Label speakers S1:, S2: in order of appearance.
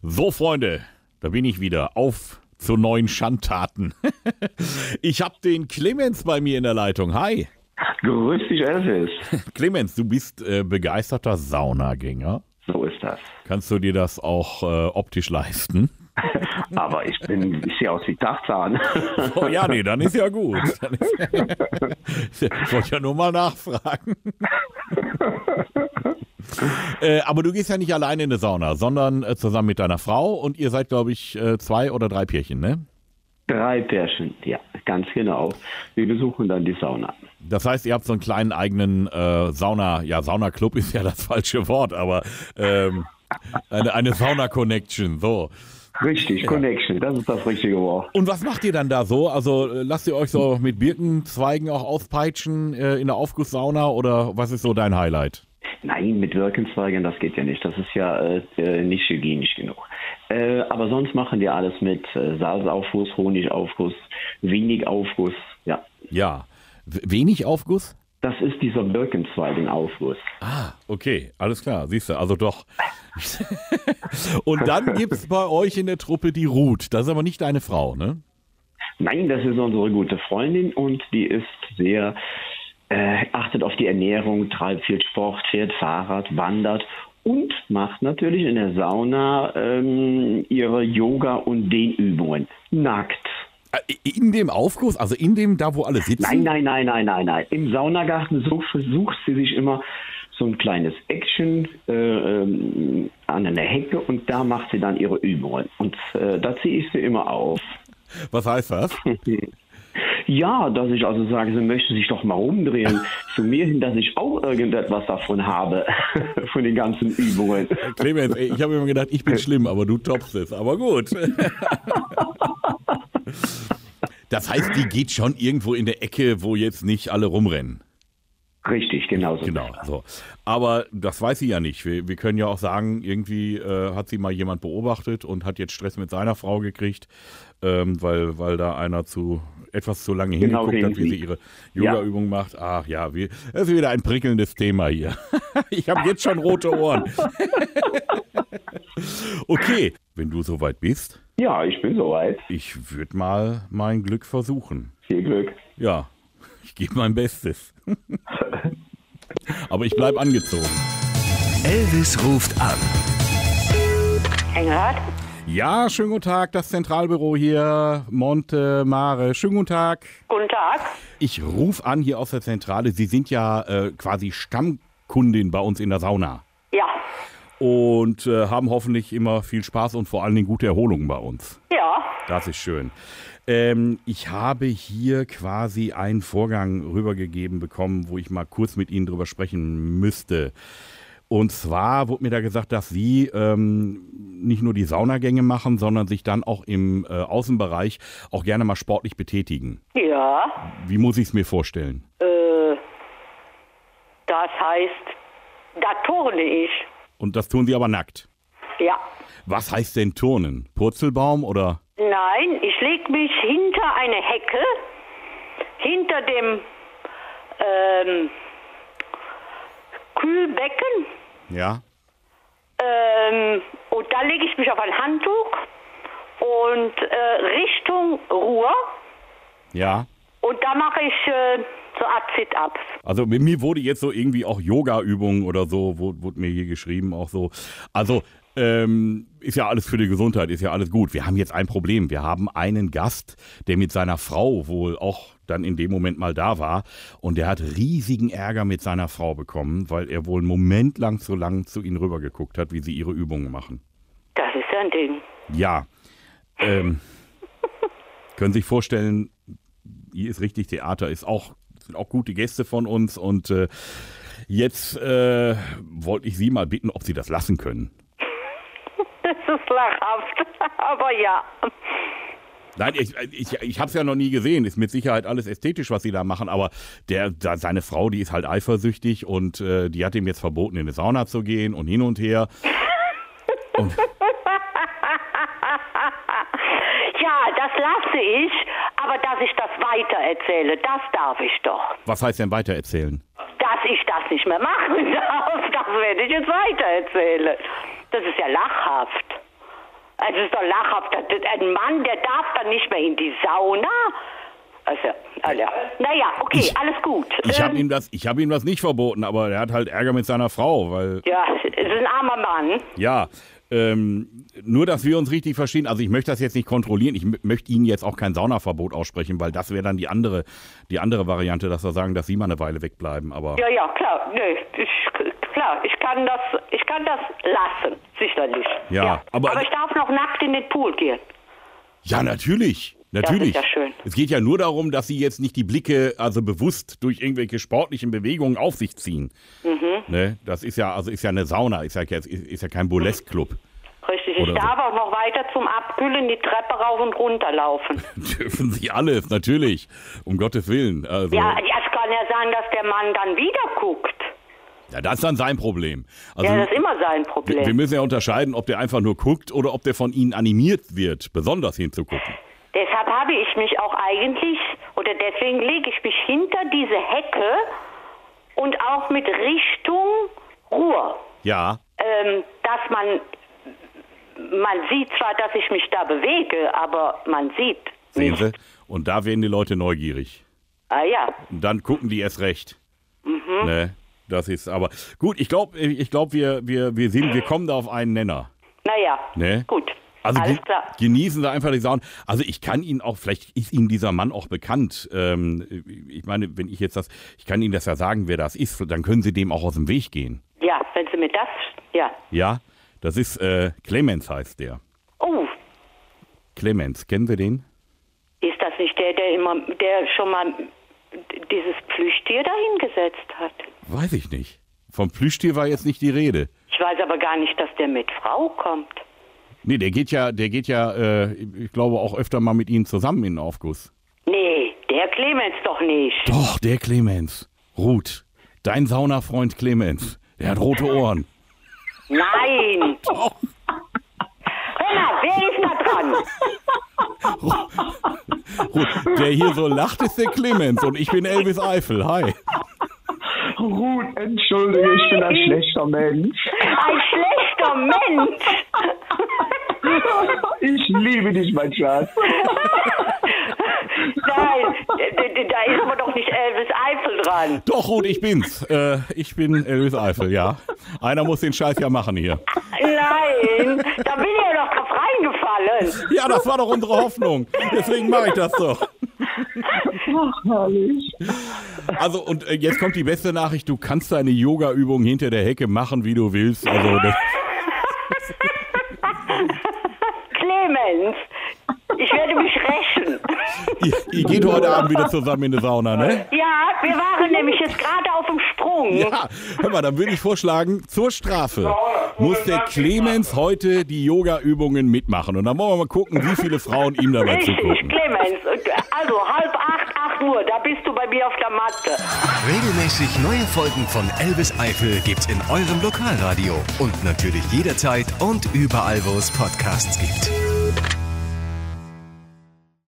S1: So, Freunde, da bin ich wieder. Auf zu neuen Schandtaten. ich habe den Clemens bei mir in der Leitung. Hi.
S2: Grüß dich, Elvis.
S1: Clemens, du bist äh, begeisterter Saunagänger.
S2: So ist das.
S1: Kannst du dir das auch äh, optisch leisten?
S2: Aber ich bin, ich sehe aus wie Tarzan.
S1: Oh ja, nee, dann ist ja gut. Dann ist ich wollte ja nur mal nachfragen. Äh, aber du gehst ja nicht alleine in eine Sauna, sondern äh, zusammen mit deiner Frau und ihr seid, glaube ich, äh, zwei oder drei Pärchen, ne?
S2: Drei Pärchen, ja, ganz genau. Wir besuchen dann die Sauna.
S1: Das heißt, ihr habt so einen kleinen eigenen äh, Sauna, ja, Sauna-Club ist ja das falsche Wort, aber ähm, eine, eine Sauna-Connection, so.
S2: Richtig, Connection, das ist das richtige Wort.
S1: Und was macht ihr dann da so? Also äh, lasst ihr euch so mit Birkenzweigen auch auspeitschen äh, in der Aufgusssauna oder was ist so dein Highlight?
S2: Nein, mit Wirkenzweigern, das geht ja nicht. Das ist ja äh, äh, nicht hygienisch genug. Äh, aber sonst machen wir alles mit äh, Salzaufguss, Honigaufguss, wenig Aufguss. Ja,
S1: Ja, W- wenig Aufguss?
S2: das ist dieser Birkenzweigenaufguss.
S1: Ah, okay, alles klar, siehst du, also doch. Und dann gibt es bei euch in der Truppe die Ruth. Das ist aber nicht deine Frau, ne?
S2: Nein, das ist unsere gute Freundin und die ist sehr, äh, achtet auf die Ernährung, treibt viel Sport, fährt Fahrrad, wandert und macht natürlich in der Sauna ähm, ihre Yoga- und Dehnübungen. Nackt.
S1: Äh, In dem Aufguss, also in dem, da wo alle sitzen?
S2: Nein, nein, nein, nein, nein, nein. Im Saunagarten so versucht sie sich immer so ein kleines Action äh, ähm, an einer Hecke und da macht sie dann ihre Übungen. Und äh, da ziehe ich sie immer auf.
S1: Was heißt das?
S2: Ja, dass ich also sage, sie möchten sich doch mal rumdrehen zu mir hin, dass ich auch irgendetwas davon habe, von den ganzen Übungen.
S1: Clemens, ey, ich habe immer gedacht, ich bin schlimm, aber du toppst es. Aber gut. Das heißt, die geht schon irgendwo in der Ecke, wo jetzt nicht alle rumrennen.
S2: Richtig, genau so.
S1: Genau, so. Aber das weiß sie ja nicht. Wir, wir können ja auch sagen, irgendwie äh, hat sie mal jemand beobachtet und hat jetzt Stress mit seiner Frau gekriegt, ähm, weil, weil da einer zu etwas zu lange
S2: Genau,
S1: hingeguckt hat, wie sie
S2: hingeguckt.
S1: ihre
S2: Ja.
S1: Yoga-Übung macht. Ach ja, wir, das ist wieder ein prickelndes Thema hier. Ich habe jetzt schon rote Ohren. Okay, wenn du soweit bist,
S2: Ja, ich bin soweit.
S1: ich würde mal mein Glück versuchen.
S2: Viel Glück.
S1: Ja, ich gebe mein Bestes. Aber ich bleib angezogen.
S3: Elvis ruft an.
S4: Engelhardt?
S1: Ja, schönen guten Tag, das Zentralbüro hier, Monte Mare. Schönen guten Tag.
S4: Guten Tag.
S1: Ich rufe an hier aus der Zentrale. Sie sind ja äh, quasi Stammkundin bei uns in der Sauna
S4: Ja.
S1: und äh, haben hoffentlich immer viel Spaß und vor allen Dingen gute Erholung bei uns.
S4: Ja.
S1: Das ist schön. Ähm, ich habe hier quasi einen Vorgang rübergegeben bekommen, wo ich mal kurz mit Ihnen drüber sprechen müsste. Und zwar wurde mir da gesagt, dass Sie ähm, nicht nur die Saunagänge machen, sondern sich dann auch im äh, Außenbereich auch gerne mal sportlich betätigen.
S4: Ja.
S1: Wie muss ich es mir vorstellen?
S4: Äh, das heißt, da turne ich.
S1: Und das tun Sie aber nackt.
S4: Ja.
S1: Was heißt denn Turnen? Purzelbaum oder?
S4: Nein, ich leg mich hinter eine Hecke, hinter dem ähm, Kühlbecken.
S1: Ja.
S4: Ähm, und da lege ich mich auf ein Handtuch und äh, Richtung Ruhr.
S1: Ja.
S4: Und da mache ich äh, so Art Sit-Ups.
S1: Also mit mir wurde jetzt so irgendwie auch Yoga-Übungen oder so, wurde, wurde mir hier geschrieben, auch so. Also ähm, ist ja alles für die Gesundheit, ist ja alles gut. Wir haben jetzt ein Problem. Wir haben einen Gast, der mit seiner Frau wohl auch dann in dem Moment mal da war. Und der hat riesigen Ärger mit seiner Frau bekommen, weil er wohl einen Moment lang zu lang zu ihnen rübergeguckt hat, wie sie ihre Übungen machen.
S4: Das ist ja ein Ding.
S1: Ja. Ähm, können sich vorstellen, hier ist richtig Theater, ist auch, sind auch gute Gäste von uns und äh, jetzt äh, wollte ich Sie mal bitten, ob Sie das lassen können.
S4: Das ist lachhaft, aber ja.
S1: Nein, ich, ich, ich habe es ja noch nie gesehen. Ist mit Sicherheit alles ästhetisch, was sie da machen. Aber der, da, seine Frau, die ist halt eifersüchtig und äh, die hat ihm jetzt verboten, in die Sauna zu gehen und hin und her. Und,
S4: Ja, das lasse ich, aber dass ich das weiter erzähle, das darf ich doch.
S1: was heißt denn weitererzählen?
S4: Dass ich das nicht mehr machen darf, das werde ich jetzt weiter erzählen. Das ist ja lachhaft. Also es ist doch lachhaft. Das- das- Ein Mann, der darf dann nicht mehr in die Sauna. Also, Alter. Naja, okay,
S1: Ich-
S4: alles gut.
S1: Ich habe
S4: Ähm,
S1: ihm, das- ich hab ihm das nicht verboten, aber er hat halt Ärger mit seiner Frau, weil,
S4: ja, es ist ein armer Mann.
S1: ja, ähm, nur, dass wir uns richtig verstehen. Also ich möchte das jetzt nicht kontrollieren. Ich m- möchte Ihnen jetzt auch kein Saunaverbot aussprechen, weil das wäre dann die andere, die andere Variante, dass wir sagen, dass Sie mal eine Weile wegbleiben. Aber
S4: Ja, ja, klar. Nee, ich, klar, ich kann das, ich kann das lassen, sicherlich.
S1: Ja, aber-
S4: Aber, ich darf noch nackt in den Pool gehen.
S1: Ja, natürlich. Natürlich.
S4: Das ist ja schön.
S1: Es geht ja nur darum, dass sie jetzt nicht die Blicke also bewusst durch irgendwelche sportlichen Bewegungen auf sich ziehen.
S4: Mhm.
S1: Ne? Das ist ja also ist ja eine Sauna, ist ja, jetzt- ist, ist ja kein Burlesque Club.
S4: Richtig,
S1: Oder
S4: ich
S1: so.
S4: darf auch noch weiter zum Abkühlen die Treppe rauf und runter laufen.
S1: Dürfen sie alles, natürlich. Um Gottes Willen. Also,
S4: Ja, ja, es kann ja sein, dass der Mann dann wieder guckt.
S1: ja, das ist dann sein Problem. Also
S4: Ja, das ist immer sein
S1: wir, wir
S4: Problem.
S1: müssen ja unterscheiden, ob der einfach nur guckt oder ob der von ihnen animiert wird, besonders hinzugucken.
S4: Deshalb habe ich mich auch eigentlich, oder deswegen lege ich mich hinter diese Hecke und auch mit Richtung Ruhr.
S1: Ja.
S4: ähm, dass man, man sieht zwar, dass ich mich da bewege, aber man sieht.
S1: Sehen
S4: Nicht.
S1: Sie? Und da werden die Leute neugierig.
S4: Ah ja,
S1: Und dann gucken die erst recht.
S4: Mhm.
S1: Ne? Das ist aber gut. Ich glaube, ich glaube, wir, wir, wir sehen, wir kommen da auf einen Nenner.
S4: naja,
S1: Ne?
S4: gut.
S1: Also
S4: Alles
S1: ge-
S4: klar.
S1: genießen Sie einfach die Sauna. Also ich kann Ihnen auch, vielleicht ist Ihnen dieser Mann auch bekannt. Ähm, ich meine, wenn ich jetzt das, ich kann Ihnen das ja sagen, wer das ist, dann können Sie dem auch aus dem Weg gehen.
S4: Ja, wenn Sie mir das, ja.
S1: Ja, das ist äh, Clemens heißt der.
S4: Oh,
S1: Clemens, kennen Sie den?
S4: ist das nicht der, der immer, der schon mal dieses Plüschtier dahingesetzt hat?
S1: Weiß ich nicht. Vom Plüschtier war jetzt nicht die Rede.
S4: Ich weiß aber gar nicht, dass der mit Frau kommt.
S1: Nee, der geht ja, der geht ja, äh, ich glaube auch öfter mal mit Ihnen zusammen in den Aufguss.
S4: Nee, der Clemens doch nicht.
S1: Doch, der Clemens. Ruth, dein Saunafreund Clemens. Der hat rote Ohren.
S4: Nein.
S1: Doch.
S4: Hör mal, wer ist da dran?
S1: Ruth, der hier so lacht, ist der Clemens. Und ich bin Elvis Eifel. Hi.
S2: Ruth, entschuldige, ich bin ein schlechter Mensch.
S4: Ein schlechter Mensch.
S2: Ich liebe dich, mein Schatz.
S4: Nein, da- da da ist aber doch nicht Elvis Eifel dran.
S1: Doch, Ruth, ich bin's. Äh, ich bin Elvis Eifel, ja. Einer muss den Scheiß ja machen hier.
S4: Nein, da bin ich ja doch drauf reingefallen.
S1: Ja, das war doch unsere Hoffnung. Deswegen mache ich das doch.
S2: Ach, herrlich.
S1: Also, und äh, jetzt kommt die beste Nachricht. Du kannst deine Yoga-Übung hinter der Hecke machen, wie du willst. Also, das,
S4: Clemens, ich werde mich rächen.
S1: ihr, ihr geht heute Abend wieder zusammen in die Sauna, ne?
S4: Ja, wir waren nämlich jetzt gerade auf dem Sprung.
S1: Ja, hör mal, dann würde ich vorschlagen, zur Strafe muss der Clemens heute die Yoga-Übungen mitmachen. Und dann wollen wir mal gucken, wie viele Frauen ihm dabei
S4: Richtig,
S1: zugucken.
S4: Clemens. Also halb acht, acht Uhr, da bist du bei mir auf der Matte.
S3: Regelmäßig neue Folgen von Elvis Eifel gibt's in eurem Lokalradio und natürlich jederzeit und überall, wo es Podcasts gibt.